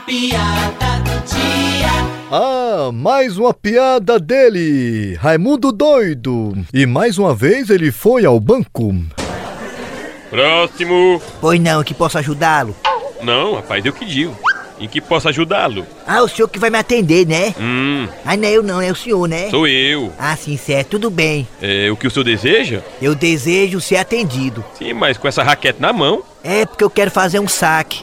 piada do dia. Ah, mais uma piada dele, Raimundo doido. E mais uma vez ele foi ao banco. Próximo. Pois não, que posso ajudá-lo. Não, rapaz, eu que digo. Em que posso ajudá-lo? Ah, o senhor que vai me atender, né? Hum, Ah, não é eu não, é o senhor, né? sou eu. Ah, sim, certo, tudo bem. É o que o senhor deseja? Eu desejo ser atendido. Sim, mas com essa raquete na mão. É porque eu quero fazer um saque.